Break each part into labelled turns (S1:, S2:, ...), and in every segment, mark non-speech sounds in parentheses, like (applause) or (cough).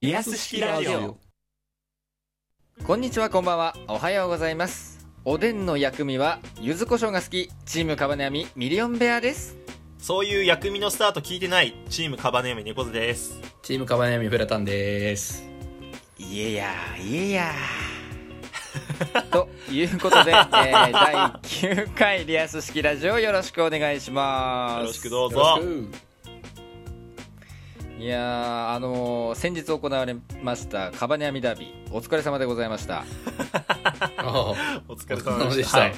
S1: リアス式ラジオ
S2: こんにちはこんばんはおはようございますおでんの薬味は柚子胡椒が好きチームカバネアミミリオンベアです
S1: そういう薬味のスタート聞いてないチームカバネヤミ猫背です
S3: チームカバネミフラタンです。
S2: いえやいえ
S3: (laughs)
S2: やということで、えー第9回リアス式ラジオよろしくお願いします
S1: よろしくどう
S3: よろ
S1: ぞ
S3: しく
S2: いやーあのー先日行われましたカバネアミダービーお疲れ様でございました
S3: ああ
S1: お疲
S3: お
S1: れ
S3: 疲れ
S1: 様
S3: 様
S1: で
S3: で
S1: し、
S3: したた。
S1: はい、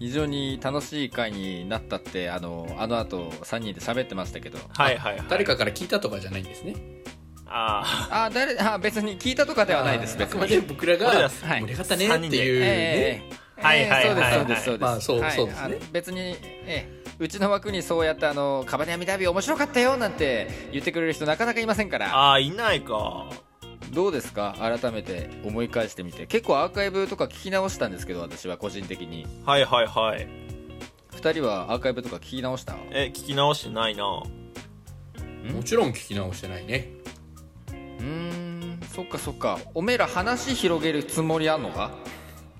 S2: 非常に楽しい回になったってあのあの後3人で喋ってましたけど
S1: はいはいはい
S3: 誰かから聞いたとかじゃないんですね。
S2: あ
S1: あ
S2: 誰あ別に聞いたとかではないです
S3: あ
S2: 別
S3: くま
S2: に
S3: で僕ら
S1: 俺
S3: が
S1: ら
S2: はい
S3: 盛り上がったねっていうね。
S2: ええ
S1: はいはい
S2: ええそ
S1: はいはい
S2: うですそうですそうです、
S3: まあそう
S2: はい
S3: そうですね
S2: あの別に、ええ、うちの枠にそうやってあのカバネアミダービー面白かったよなんて言ってくれる人なかなかいませんか
S1: ー
S2: ら
S1: あーいないか
S2: どうですか改めて思い返してみて結構アーカイブとか聞き直したんですけど私は個人的に
S1: はいはいはい
S2: 2人はアーカイブとか聞き直した
S1: え聞き直してないな
S2: うん
S3: もちろん聞き直してないね。
S2: うーんそっかそっかおめえら話広げるつもりあんのか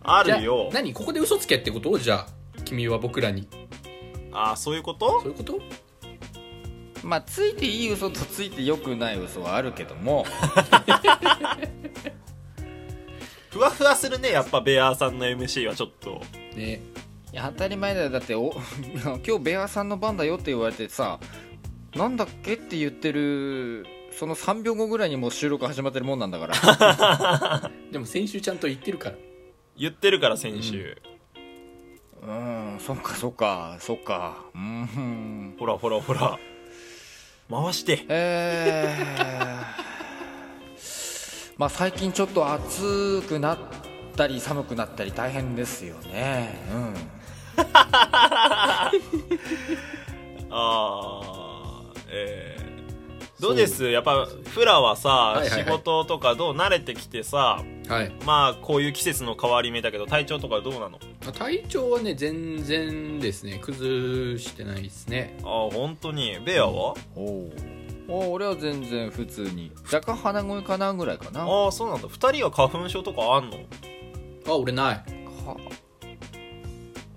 S1: あ
S3: じゃあ
S1: るよ
S3: 何ここで嘘つけってことをじゃあ君は僕らに
S1: ああそういうこ
S3: そ
S1: と
S3: ういうこと？
S2: まあついていい嘘とついてよくない嘘はあるけども
S1: ふわふわするねやっぱベアーさんの MC はちょっと
S3: ね。
S2: いや当たり前だよだってお (laughs) 今日ベアさんの番だよって言われてさなんだっけって言ってるその3秒後ぐらいにもう収録始まってるもんなんだから
S3: でも先週ちゃんと言ってるから。
S1: 言ってるから先週、
S2: うーんそっかそっかそっかうーん
S1: ほらほらほら回して
S2: えー (laughs) まあ最近ちょっと暑くなったり寒くなったり大変ですよねうん
S1: ああえー、どうですやっぱフラはさ、
S3: いはいはい
S1: 仕事とかどう慣れてきてさ
S3: はい。
S1: まあこういう季節の変わり目だけど体調とかどうなの
S3: 体調はね全然ですね崩してないですね。
S1: ああ本当にベアは、
S2: おうおう俺は全然普通に若干鼻声かなぐらいかな
S1: ああそうなんだ2人は花粉症とかあんの
S3: あ俺ない。
S2: か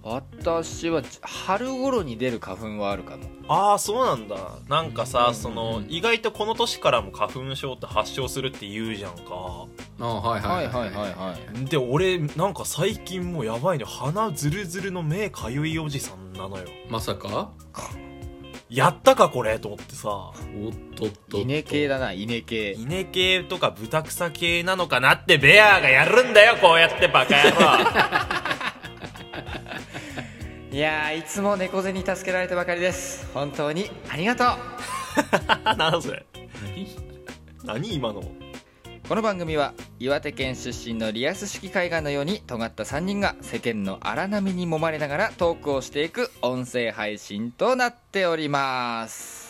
S2: 私は春頃に出る花粉はあるかも
S1: ああそうなんだなんかさ、
S3: うん
S1: そ
S3: うん
S1: の
S3: うん
S1: 意外とこの年からも花粉症って発症するって言うじゃんか
S3: あはいはい
S2: はい
S1: で俺なんか最近もうやばいね鼻ズルズルの目かゆいおじさんなのよ
S3: まさか？
S1: やったかこれと思ってさ
S3: おっとっとっと。
S2: 稲系だな稲系
S1: 稲系とか豚草系なのかなってベアーがやるんだよこうやってバカ野郎
S2: いやーいつも猫背に助けられてばかりです本当にありがと
S1: (laughs) なんだそれ
S3: 何
S1: 何今の
S2: うこの番組は岩手県出身のリアス式海岸のように尖った3人が世間の荒波に揉まれながらトークをしていく音声配信となっております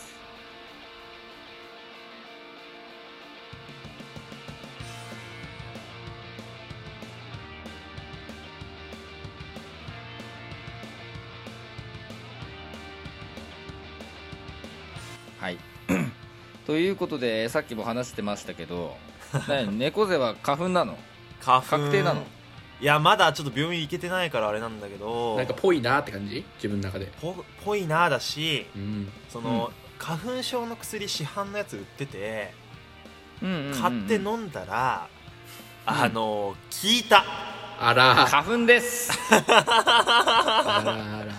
S2: はい。 (coughs) ということで、さっきも話してましたけど、何猫背は花粉なの
S1: 花粉
S2: 確定なの
S1: いやまだちょっと病院行けてないからあれなんだけど
S3: なんかぽいなって感じ自分の中で。
S1: ぽぽいなだし
S3: うん。
S1: その、花粉症の薬市販のやつ売ってて
S2: うんうんうんうん
S1: 買って飲んだら、
S2: ん
S1: あの聞いた
S3: あら。
S2: 花粉です。
S3: あらあらあらあら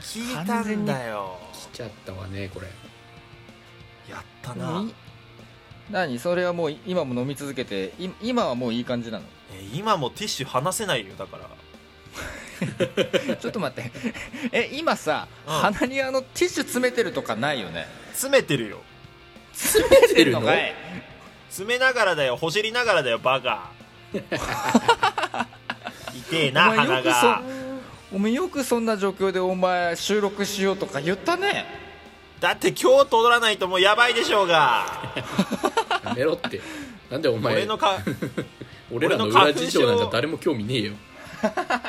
S1: 聞いたんだよ
S3: 来ちゃったわねこれ
S1: やったな
S2: に何それはもう今も飲み続けて、い今はもういい感じなの (laughs)
S1: え今もティッシュ離せないよだから
S2: ちょっと待ってえ今さ、
S1: うん
S2: 鼻にあのティッシュ詰めてるとかないよね
S1: 詰めてるよ
S3: 詰めてるの
S2: のかい
S1: 詰めながらだよほじりながらだよバ
S2: (laughs)
S1: カ痛えな
S2: お前
S1: 鼻
S2: よく
S1: が
S2: そお前よくそんな状況でお前収録しようとか言ったね
S1: だって今日取らないともうやばいでしょうが
S3: やめろってなんでお前
S1: 俺のか
S3: 俺らの
S1: 俺の花粉
S3: 裏
S1: 症
S3: 事情なんか誰も興味ねえよ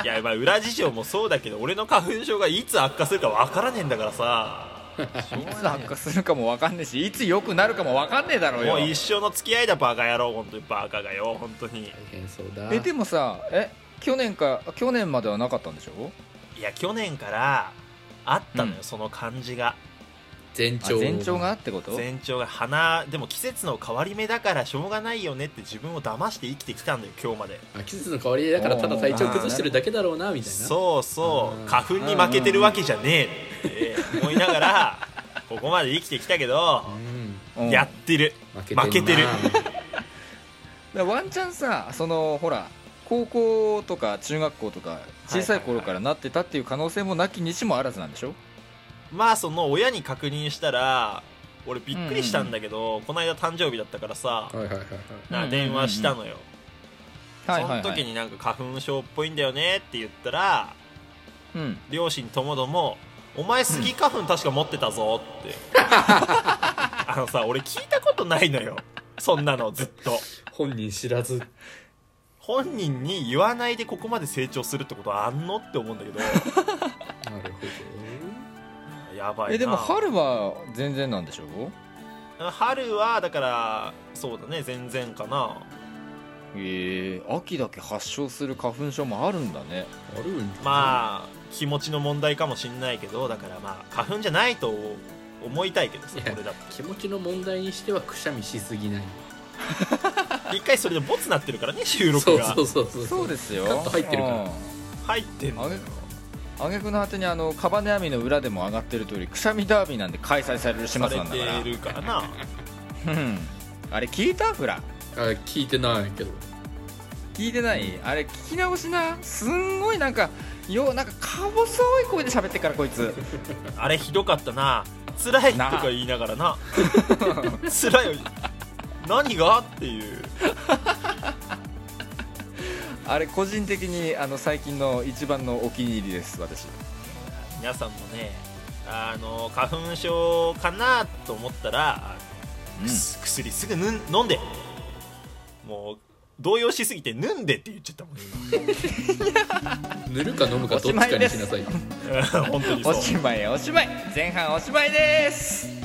S1: いやまあ裏事情もそうだけど俺の花粉症がいつ悪化するかわからねえんだからさ
S2: いつ悪化するかも分かんねえしいつ良くなるかも分かんねえだろう
S1: も
S2: よ
S1: う一生の付き合いだバカ野郎本当にバカがよ本当に
S3: 大変そうだ
S2: えでもさえ去年か去年まではなかったんでしょ
S1: いや去年からあったのよ、
S2: うん
S1: その感じが
S3: 前
S2: あ
S3: 兆
S2: 前兆がってこと
S1: 前兆が花でも季節の変わり目だからしょうがないよねって自分を騙して生きてきたんだよ今日まで
S3: あ季節の変わりだからただ体調崩してるだけだろうなみたいな
S1: そうそう
S3: うん
S1: 花粉に負けてるわけじゃねえって思いなが
S2: (laughs)
S1: らここまで生きてきたけど
S3: うん
S2: うん
S1: やってる
S3: 負けてるな
S1: 負けてる
S2: だからワンチャンさそのほら高校とか中学校とか小さい頃からなってたっていう可能性もなきにしもあらずなんでしょ
S1: まあその親に確認したら俺びっくりしたんだけど、この間誕生日だったからさ、
S3: はいはいはいはい
S1: な電話したのよ、その時
S2: に、
S1: になんか花粉症っぽいんだよねって言ったら
S2: うん、
S1: 両親ともども「お前スギ花粉確か持ってたぞ」って
S2: (laughs)
S1: あのさ俺聞いたことないのよそんなのずっと
S3: 本人知らず
S1: 本人に言わないでここまで成長するってことはあんのって思うんだ
S2: (laughs)
S1: けど
S3: なるほ
S1: やばいな
S2: えでも春は全然なんでしょ
S1: 春はだからそうだね全然かな
S2: えー、秋だけ発症する花粉症もあるんだね
S3: どあるんだ
S1: まあ気持ちの問題かもしんないけどだからまあ花粉じゃないと思いたいけどさ
S3: いや
S1: 俺だっ
S3: 気持ちの問題にしてはくしゃみしすぎない
S1: て一回それでボツなってるからね収録
S3: そう
S1: が
S3: そうそうそう
S2: そうですよ
S3: カット入ってるから
S1: 入ってんの
S2: あげあげくの果てにあのカバネ網の裏でも上がってる通りくしゃみダービーなんて開催される始末
S1: さ
S2: なん
S1: れ
S2: だから
S1: てるからな
S2: うんあれ聞いたフラ
S3: あ聞いてないけど
S2: 聞いてないあれ聞き直しなすんごいなんかよなんかか細い声で喋ってっからこいつ
S1: あれひどかったな辛いとか言いながらな辛いよ何がっていう
S2: あれ個人的にあの最近の一番のお気に入りです私
S1: 皆さんもねあの花粉症かなと思ったら、
S2: うん
S1: くす薬すぐぬん飲んでもう動揺しすぎて「ぬんで」って言っちゃったもん
S3: 塗るか飲むかどっちかにしなさい
S1: 今本当にそ
S2: お
S1: う
S2: しまいおしまい前半おしまいです